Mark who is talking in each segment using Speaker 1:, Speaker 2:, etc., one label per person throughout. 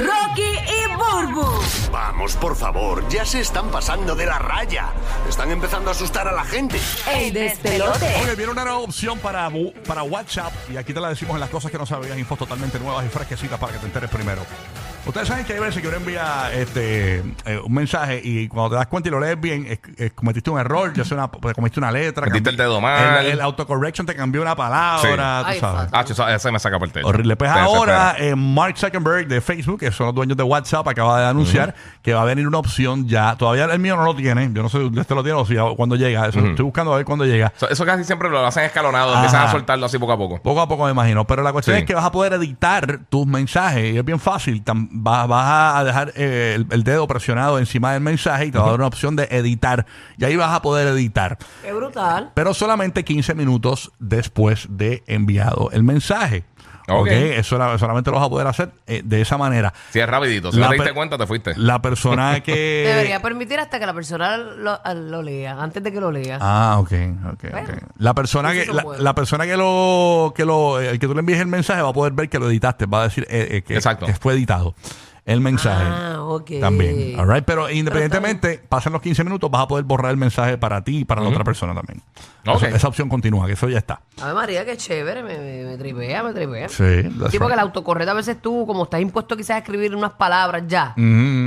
Speaker 1: Rocky y Burbu,
Speaker 2: Vamos, por favor, ya se están pasando de la raya. Están empezando a asustar a la gente.
Speaker 1: el despelote.
Speaker 3: Oye, viene una nueva opción para, bu- para WhatsApp y aquí te la decimos en las cosas que no sabías, infos totalmente nuevas y fresquecitas para que te enteres primero. Ustedes saben que hay veces que uno envía este, eh, un mensaje y cuando te das cuenta y lo lees bien, es- es- cometiste un error, ya sea una, pues, comiste una letra,
Speaker 4: Metiste
Speaker 3: cambi-
Speaker 4: el dedo mal.
Speaker 3: el, el autocorrection te cambió una palabra, tú sabes.
Speaker 4: Ah, eso, ese me saca por el techo.
Speaker 3: Horrible. Pues
Speaker 4: Te
Speaker 3: ahora
Speaker 4: desespera.
Speaker 3: eh, Mark Zuckerberg de Facebook, que son los dueños de WhatsApp, acaba de anunciar que va a venir una opción ya. Todavía el mío no lo tiene. Yo no sé si usted lo tiene o si ya- cuando llega. Eso Estoy buscando a ver cuándo llega.
Speaker 4: Eso, eso casi siempre lo hacen escalonado,
Speaker 3: Ajá.
Speaker 4: empiezan a soltarlo así poco a poco.
Speaker 3: Poco a poco me imagino. Pero la cuestión
Speaker 4: Sí.
Speaker 3: es que vas a poder editar tus mensajes. Y es bien fácil. Tam- va- vas a dejar eh, el, el dedo presionado encima del mensaje y te va a dar una opción de editar. Y ahí vas a poder editar.
Speaker 1: Qué brutal.
Speaker 3: Pero solamente 15 minutos después de enviado el mensaje.
Speaker 4: Ok.
Speaker 3: Ok, eso era- solamente lo vas a poder hacer eh, de esa manera.
Speaker 4: Si es rapidito, si
Speaker 3: La
Speaker 4: no te
Speaker 3: per-
Speaker 4: diste cuenta, te fuiste.
Speaker 3: La persona que.
Speaker 5: Debería permitir hasta que la persona lo, lo lea, antes de que lo lea.
Speaker 3: Ah, ok, ok,
Speaker 5: Bueno,
Speaker 3: ok. La persona
Speaker 5: eso
Speaker 3: que
Speaker 5: se
Speaker 3: la,
Speaker 5: puede.
Speaker 3: la persona que lo que lo eh, que tú le envíes el mensaje va a poder ver que lo editaste, va a decir eh, eh, que,
Speaker 4: Exacto.
Speaker 3: que fue editado el mensaje.
Speaker 5: Ah, ok.
Speaker 3: También. All right, pero independientemente, pasan los 15 minutos, vas a poder borrar el mensaje para ti y para la otra persona también.
Speaker 4: Ok.
Speaker 3: Eso- esa opción continúa, que eso ya está.
Speaker 5: A ver, María, qué chévere, me, me, me tripea, me tripea.
Speaker 3: Sí, that's
Speaker 5: Sí, porque
Speaker 3: right.
Speaker 5: el autocorrecto a veces tú, como estás impuesto quizás a escribir unas palabras ya,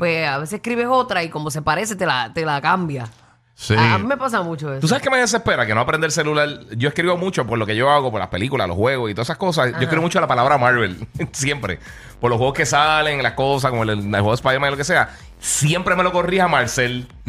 Speaker 5: pues a veces escribes otra y como se parece te la, te la cambia.
Speaker 3: Sí.
Speaker 5: A, a mí me pasa mucho eso.
Speaker 4: ¿Tú sabes qué me desespera? Que no aprender el celular. Yo escribo mucho por lo que yo hago, por las películas, los juegos y todas esas cosas. Yo escribo mucho la palabra Marvel, siempre. Por los juegos que salen, las cosas, como el, el juego de Spider-Man, lo que sea. Siempre me lo corrige a Marcel.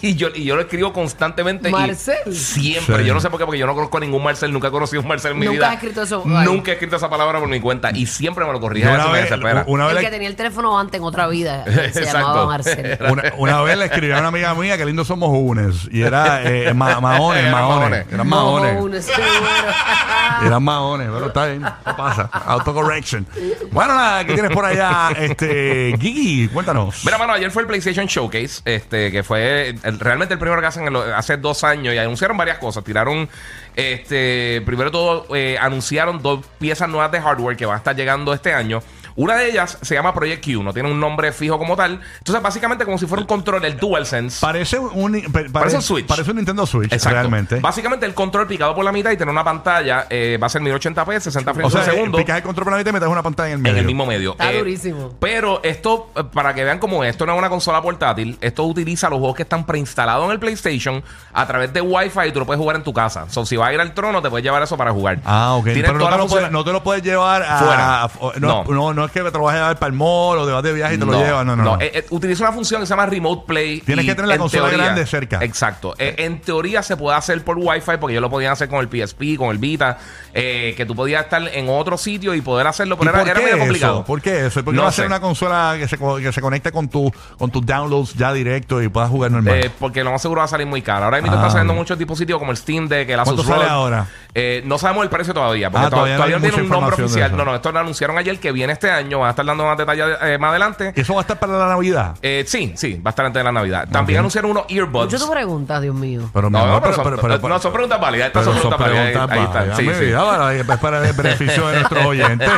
Speaker 4: y, yo, y yo lo escribo constantemente. y
Speaker 5: Marcel.
Speaker 4: Siempre.
Speaker 3: Sí.
Speaker 4: Yo no sé por qué, porque yo no conozco a ningún Marcel. Nunca he conocido un Marcel en mi
Speaker 5: Nunca
Speaker 4: vida.
Speaker 5: has escrito eso. Ay.
Speaker 4: Nunca he escrito esa palabra por mi cuenta. Y siempre me lo corrige.
Speaker 3: Yo
Speaker 4: Eso
Speaker 3: una,
Speaker 4: me
Speaker 3: vez,
Speaker 4: desespera.
Speaker 3: una vez
Speaker 5: El
Speaker 3: le-
Speaker 5: que tenía el teléfono antes en otra vida se
Speaker 4: Exacto.
Speaker 5: llamaba Marcel.
Speaker 3: Una, una vez le escribí a una amiga mía que lindo somos unes. Y era eh, ma- maones,
Speaker 4: Era
Speaker 3: maones.
Speaker 4: maones.
Speaker 3: Eran maones.
Speaker 5: Mahones, sí, bueno.
Speaker 4: Ah.
Speaker 3: Eran maones, pero está bien. ¿Qué pasa? Autocorrection. Bueno, nada, ¿qué tienes por allá? Este, Gigi, cuéntanos.
Speaker 4: Mira, mano, ayer fue el PlayStation Showcase, este, que fue el- realmente el primero que hacen en lo- hace dos años y anunciaron varias cosas. Tiraron, este, primero de todo, eh, anunciaron dos piezas nuevas de hardware que van a estar llegando este año. Una de ellas se llama Project Q, no tiene un nombre fijo como tal. Entonces, básicamente, como si fuera un control, el DualSense.
Speaker 3: Parece un, pa-
Speaker 4: Parece un Switch.
Speaker 3: Parece un Nintendo Switch,
Speaker 4: Exacto.
Speaker 3: realmente.
Speaker 4: Básicamente, el control picado por la mitad y tener una pantalla eh, va a ser 1080p, 60
Speaker 3: o
Speaker 4: frames
Speaker 3: sea,
Speaker 4: por
Speaker 3: eh,
Speaker 4: segundo.
Speaker 3: picas el control para la mitad y metes una pantalla en el medio.
Speaker 4: En el mismo medio. Eh,
Speaker 5: Está durísimo.
Speaker 4: Pero esto, eh, para que vean cómo es, esto no es una consola portátil, esto utiliza los juegos que están preinstalados en el PlayStation a través de Wi-Fi y tú lo puedes jugar en tu casa. O sea, si vas a ir al trono, te puedes llevar eso para jugar.
Speaker 3: Ah, ok.
Speaker 4: Tiene
Speaker 3: Pero no te,
Speaker 4: todas las
Speaker 3: lo puedes,
Speaker 4: funciones-
Speaker 3: no te lo puedes llevar a,
Speaker 4: Fuera.
Speaker 3: a- no, no.
Speaker 4: No.
Speaker 3: no, es que te lo vas a llevar para el mall o te vas de viaje y te lo llevas. No, no. no.
Speaker 4: eh, eh, utiliza una función que se llama Remote Play.
Speaker 3: Tienes
Speaker 4: y
Speaker 3: que tener la
Speaker 4: en
Speaker 3: consola grande cerca.
Speaker 4: Exacto. Eh, en teoría se puede hacer por Wi-Fi porque ellos lo podían hacer con el PSP, con el Vita, eh, que tú podías estar en otro sitio y poder hacerlo,
Speaker 3: ¿Y
Speaker 4: pero era,
Speaker 3: por
Speaker 4: era
Speaker 3: qué
Speaker 4: medio complicado.
Speaker 3: Eso? ¿Por qué eso? ¿Y ¿Por qué no
Speaker 4: No
Speaker 3: va a ser
Speaker 4: sé.
Speaker 3: una consola que se, co- que se conecte con, tu, con tus downloads ya directo y puedas jugar normal?
Speaker 4: Eh, porque lo más seguro va a salir muy caro. Ahora mismo
Speaker 3: Ah.
Speaker 4: está saliendo muchos dispositivos como el Steam Deck, el Asus
Speaker 3: ¿Cuánto sale
Speaker 4: ROG.
Speaker 3: ahora?
Speaker 4: Eh, no sabemos el precio todavía, porque
Speaker 3: Ah,
Speaker 4: to-
Speaker 3: todavía no
Speaker 4: todavía,
Speaker 3: hay
Speaker 4: no tiene un
Speaker 3: mucha
Speaker 4: nombre
Speaker 3: información de
Speaker 4: oficial.
Speaker 3: eso.
Speaker 4: No, no, esto lo anunciaron ayer que viene este año. Van a estar dando más detalles eh, más adelante.
Speaker 3: ¿Eso va a estar para la Navidad?
Speaker 4: Eh, sí, sí, va a estar antes de la Navidad. También anunciaron unos
Speaker 5: Mucho
Speaker 4: earbuds.
Speaker 5: tu pregunta, Dios mío.
Speaker 3: Pero, mi
Speaker 4: No,
Speaker 3: amor,
Speaker 4: no, pero son- no, son preguntas válidas. Estas son
Speaker 3: pero son
Speaker 4: preguntas válidas. Ahí- ahí están.
Speaker 3: válidas.
Speaker 4: Sí,
Speaker 3: Mi
Speaker 4: sí.
Speaker 3: vida, para- es para el beneficio de nuestros oyentes.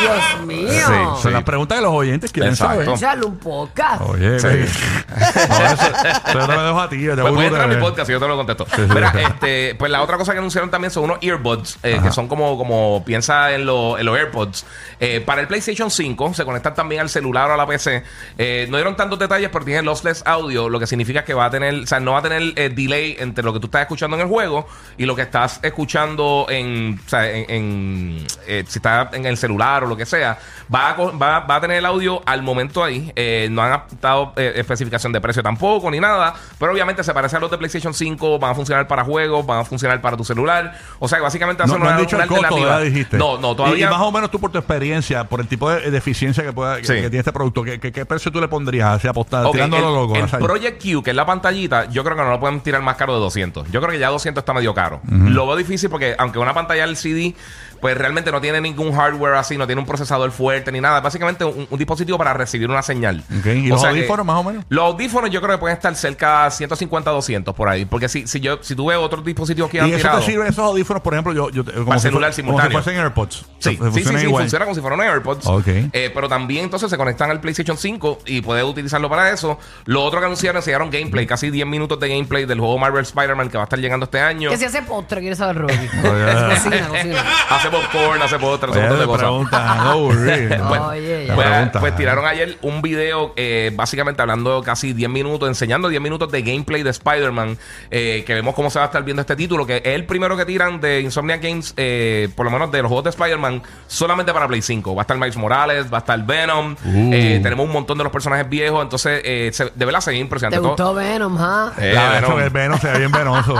Speaker 5: Dios mío.
Speaker 4: Sí.
Speaker 3: Son las preguntas que los oyentes quieren
Speaker 4: Exacto.
Speaker 3: saber.
Speaker 5: Escucharlo un podcast.
Speaker 3: Oye,
Speaker 4: Sí.
Speaker 3: baby. No, eso, eso yo te lo dejo a ti. Yo te
Speaker 4: Pues
Speaker 3: voy
Speaker 4: puedes
Speaker 3: a
Speaker 4: entrar a mi
Speaker 3: tener.
Speaker 4: podcast y yo te lo contesto.
Speaker 3: sí,
Speaker 4: Mira,
Speaker 3: sí.
Speaker 4: este, pues la otra cosa que anunciaron también son unos earbuds, eh, que son como, como piensa en, lo- en los AirPods. Eh, para el PlayStation 5 se conectan también al celular o a la PC. Eh, no dieron tantos detalles, pero tiene lossless audio, lo que significa que va a tener, o sea, no va a tener eh, delay entre lo que tú estás escuchando en el juego y lo que estás escuchando en, o sea, en, en, eh, si estás en el celular o lo que sea. Va a, co- va, va a tener el audio al momento ahí. Eh, no han dado eh, especificación de precio tampoco ni nada, pero obviamente se parece a los de PlayStation 5, van a funcionar para juegos, van a funcionar para tu celular. O sea, que básicamente
Speaker 3: No,
Speaker 4: hacen
Speaker 3: no
Speaker 4: una,
Speaker 3: han dicho
Speaker 4: una
Speaker 3: el costo,
Speaker 4: alternativa.
Speaker 3: ¿verdad? Dijiste.
Speaker 4: No, no,
Speaker 3: Y,
Speaker 4: todavía.
Speaker 3: y más o menos tú por tu experiencia, por el tipo de, de eficiencia que, pueda, que-
Speaker 4: Sí.
Speaker 3: que tiene este producto, ¿qué, qué, qué precio tú le pondrías? Así apostando,
Speaker 4: Ok,
Speaker 3: tirando
Speaker 4: el,
Speaker 3: a lo loco.
Speaker 4: el
Speaker 3: o sea,
Speaker 4: Project Q, que es la pantallita, yo creo que no lo pueden tirar más caro de 200. Yo creo que ya 200 está medio caro. Lo veo difícil porque, aunque una pantalla LCD, pues realmente no tiene ningún hardware así, no tiene un procesador fuerte ni nada. Básicamente un, un dispositivo para recibir una señal.
Speaker 3: Ok, ¿y los
Speaker 4: que
Speaker 3: audífonos, más o menos?
Speaker 4: Los audífonos yo creo que pueden estar cerca de 150, 200 por ahí. Porque si, si, yo, si tú ves otros dispositivos que han
Speaker 3: y eso
Speaker 4: tirado.
Speaker 3: te sirve esos audífonos, por ejemplo, yo, yo como,
Speaker 4: Para
Speaker 3: si,
Speaker 4: celular
Speaker 3: fue- como si
Speaker 4: simultáneo.
Speaker 3: fuesen AirPods. Fun-
Speaker 4: Sí, sí, sí,
Speaker 3: funcionan
Speaker 4: sí,
Speaker 3: igual.
Speaker 4: funciona como si fueran AirPods.
Speaker 3: Ok.
Speaker 4: Eh, pero también entonces se conectan al PlayStation 5 y puedes utilizarlo para eso. Lo otro que anunciaron, enseñaron gameplay, casi 10 minutos de gameplay del juego Marvel Spider-Man que va a estar llegando este año.
Speaker 5: ¿Qué se hace postre? ¿Quieres saber, Rocky?
Speaker 3: Oye.
Speaker 5: cocina, cocina.
Speaker 4: hace popcorn, hace postre, hace
Speaker 3: Oye,
Speaker 4: un montón de
Speaker 3: te
Speaker 4: cosas.
Speaker 3: preguntan, no, aburrí.
Speaker 4: Pues,
Speaker 5: Oye,
Speaker 3: ya.
Speaker 4: pues,
Speaker 3: La pregunta.
Speaker 4: pues tiraron ayer un video eh, básicamente hablando casi 10 minutos, enseñando 10 minutos de gameplay de Spider-Man, eh, que vemos cómo se va a estar viendo este título, que es el primero que tiran de Insomnia Games, eh, por lo menos de los juegos de Spider-Man, solamente para Play 5. Va a estar Miles Morales, va a estar Venom,
Speaker 3: Uh.
Speaker 4: eh, tenemos un montón de los personajes viejos, entonces eh, se- de verdad se ve impresionante.
Speaker 5: ¿Te
Speaker 4: Todo-
Speaker 5: gustó Venom, ah?
Speaker 4: Eh,
Speaker 3: La verdad es
Speaker 4: Venom.
Speaker 3: que el Venom se ve bien venoso.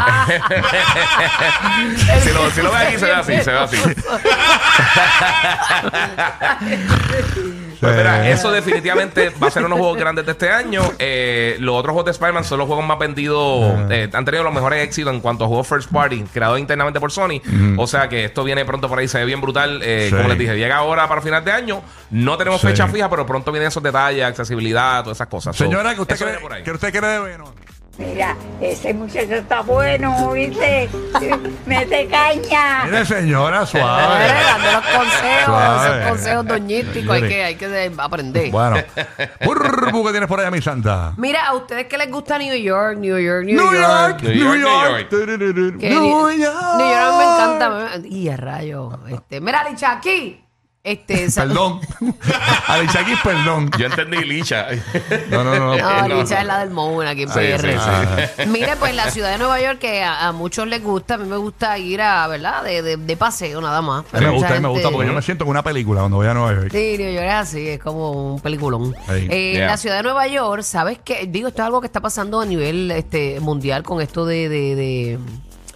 Speaker 4: Pues, si, lo, si lo ve aquí, se ve así, se ve así. Pues mira,
Speaker 3: Eh.
Speaker 4: eso definitivamente va a ser unos juegos grandes de este año. Eh, los otros juegos de Spider-Man son los juegos más vendidos.
Speaker 3: Ah.
Speaker 4: eh, han tenido los mejores éxitos en cuanto a juegos first party, creados internamente por Sony. O sea que esto viene pronto por ahí, se ve bien brutal. Eh,
Speaker 3: Sí.
Speaker 4: Como les dije, llega ahora para final de año. No tenemos
Speaker 3: Sí.
Speaker 4: fecha fija, pero pronto vienen esos detalles, accesibilidad, todas esas cosas. So,
Speaker 3: Señora, ¿qué usted,
Speaker 4: eso viene por
Speaker 3: cree,
Speaker 4: ahí.
Speaker 3: ¿qué usted cree de Venom?
Speaker 6: Mira, ese muchacho está bueno, ¿viste? Mete caña.
Speaker 3: Mire, señora,
Speaker 5: Eh,
Speaker 3: suave.
Speaker 5: dando los consejos,
Speaker 3: Suave.
Speaker 5: esos consejos doñísticos. Hay
Speaker 3: Señores.
Speaker 5: que, hay que aprender.
Speaker 3: Bueno, burbu que tienes por allá, mi santa.
Speaker 5: Mira, ¿a ustedes qué les gusta New York? New York, New,
Speaker 3: New York,
Speaker 4: New
Speaker 3: New
Speaker 4: York,
Speaker 3: York. Turururu.
Speaker 5: Que
Speaker 3: New
Speaker 5: New York
Speaker 3: York.
Speaker 5: me encanta. me- Y a rayo. Este, mira, Licha, aquí. Este, sa-
Speaker 3: Perdón. A Lichaquis, perdón.
Speaker 4: Yo entendí Licha.
Speaker 3: No, no, no.
Speaker 5: No,
Speaker 4: No,
Speaker 5: Licha
Speaker 4: no.
Speaker 5: es la del Moon aquí en
Speaker 3: Ah,
Speaker 4: Sí,
Speaker 5: PR.
Speaker 4: sí, sí.
Speaker 5: Mire, pues la ciudad de Nueva York que a, a muchos les gusta, a mí me gusta ir a, ¿verdad? De, de- de paseo nada más.
Speaker 3: A mí me
Speaker 5: Mucha
Speaker 3: gusta, a mí me
Speaker 5: gente-
Speaker 3: gusta porque yo me siento en una película cuando voy a Nueva York.
Speaker 5: Sí, New York es así, es como un peliculón.
Speaker 3: Ahí.
Speaker 5: Eh,
Speaker 4: Yeah.
Speaker 5: La ciudad de Nueva York, ¿sabes qué? Digo, esto es algo que está pasando a nivel este, mundial con esto de, de- de-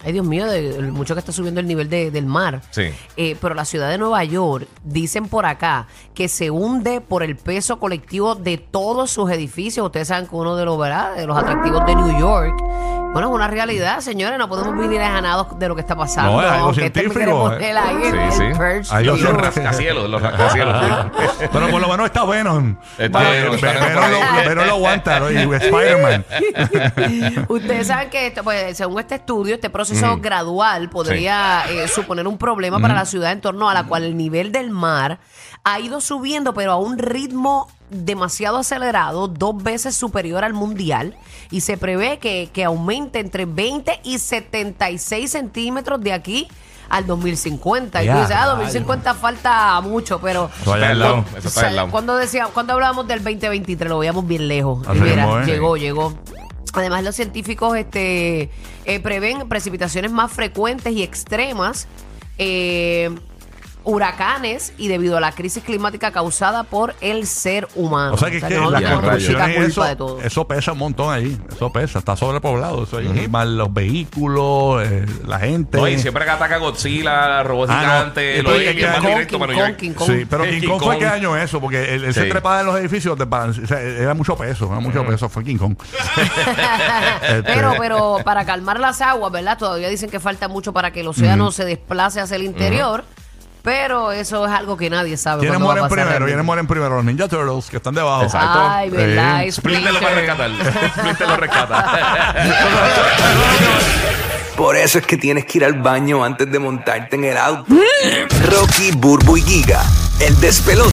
Speaker 5: Ay, Dios mío, de, de- mucho que está subiendo el nivel de- del mar.
Speaker 4: Sí.
Speaker 5: Eh, pero la ciudad de Nueva York, dicen por acá, que se hunde por el peso colectivo de todos sus edificios. Ustedes saben que uno de los, ¿verdad? de los atractivos de New York. Bueno, es una realidad, señores. No podemos vivir alejados de lo que está pasando.
Speaker 3: No, es algo
Speaker 5: que este me quiere
Speaker 3: científico, eh.
Speaker 5: poner ahí en
Speaker 4: Sí,
Speaker 5: el
Speaker 4: sí.
Speaker 5: perch
Speaker 3: Ahí lo
Speaker 5: de
Speaker 4: Los
Speaker 3: siento.
Speaker 5: York.
Speaker 4: rascacielos, los rascacielos.
Speaker 3: Pero por lo menos está Venom.
Speaker 4: Está Venom, está Venom por ahí.
Speaker 3: Venom lo- Venom lo aguanta, ¿no? y Spider-Man.
Speaker 5: Ustedes saben que esto, pues, según este estudio, este proceso gradual podría eh, suponer un problema para la ciudad en torno a la cual el nivel del mar ha ido subiendo, pero a un ritmo demasiado acelerado, dos veces superior al mundial, y se prevé que, que aumente entre 20 y 76 centímetros de aquí al 2050. Y tú
Speaker 3: Ya,
Speaker 5: dices, ah, 2050 falta mucho, pero...
Speaker 3: Eso allá al lado.
Speaker 4: Eso está al lado.
Speaker 5: Cuando decía, cuando hablábamos del 2023, lo veíamos bien lejos.
Speaker 3: Así
Speaker 5: Y mira,
Speaker 3: mismo es.
Speaker 5: llegó, llegó. Además, los científicos este, eh, prevén precipitaciones más frecuentes y extremas, eh, huracanes y debido a la crisis climática causada por el ser humano.
Speaker 3: O sea que, es que
Speaker 5: nosotros
Speaker 3: las
Speaker 4: ya,
Speaker 5: tenemos
Speaker 3: construcciones
Speaker 5: mucha
Speaker 3: y eso,
Speaker 5: culpa de todo.
Speaker 3: eso pesa un montón ahí. Eso pesa, está sobrepoblado. Eso ahí, y más los vehículos, eh, la gente.
Speaker 4: No, y siempre que ataca Godzilla, robots
Speaker 3: Ah, no.
Speaker 4: gigantes, lo
Speaker 3: Entonces,
Speaker 4: es
Speaker 3: King
Speaker 4: bien más
Speaker 3: Kong,
Speaker 4: directo
Speaker 5: King
Speaker 4: para New
Speaker 5: Kong,
Speaker 4: York.
Speaker 5: King Kong.
Speaker 3: Sí, pero King,
Speaker 4: King
Speaker 3: Kong fue
Speaker 4: Kong.
Speaker 3: qué año eso, porque él, él se
Speaker 4: Sí.
Speaker 3: trepaba en los edificios, de, para- o sea, era mucho peso, era mucho peso, fue King Kong. Este,
Speaker 5: pero, pero para calmar las aguas, ¿verdad? Todavía dicen que falta mucho para que el océano se desplace hacia el interior. Pero eso es algo que nadie sabe.
Speaker 3: ¿Quiénes
Speaker 5: cuándo va a
Speaker 3: mueren
Speaker 5: pasar
Speaker 3: primero?
Speaker 5: realmente.
Speaker 3: ¿Quiénes mueren primero? Los Ninja Turtles, que están debajo.
Speaker 4: Exacto.
Speaker 5: Ay, verdad.
Speaker 3: Sí.
Speaker 5: es
Speaker 4: Splinter lo va a rescatar. Splinter lo rescata.
Speaker 7: Por eso es que tienes que ir al baño antes de montarte en el auto. Rocky, Burbu y Giga, el despelote.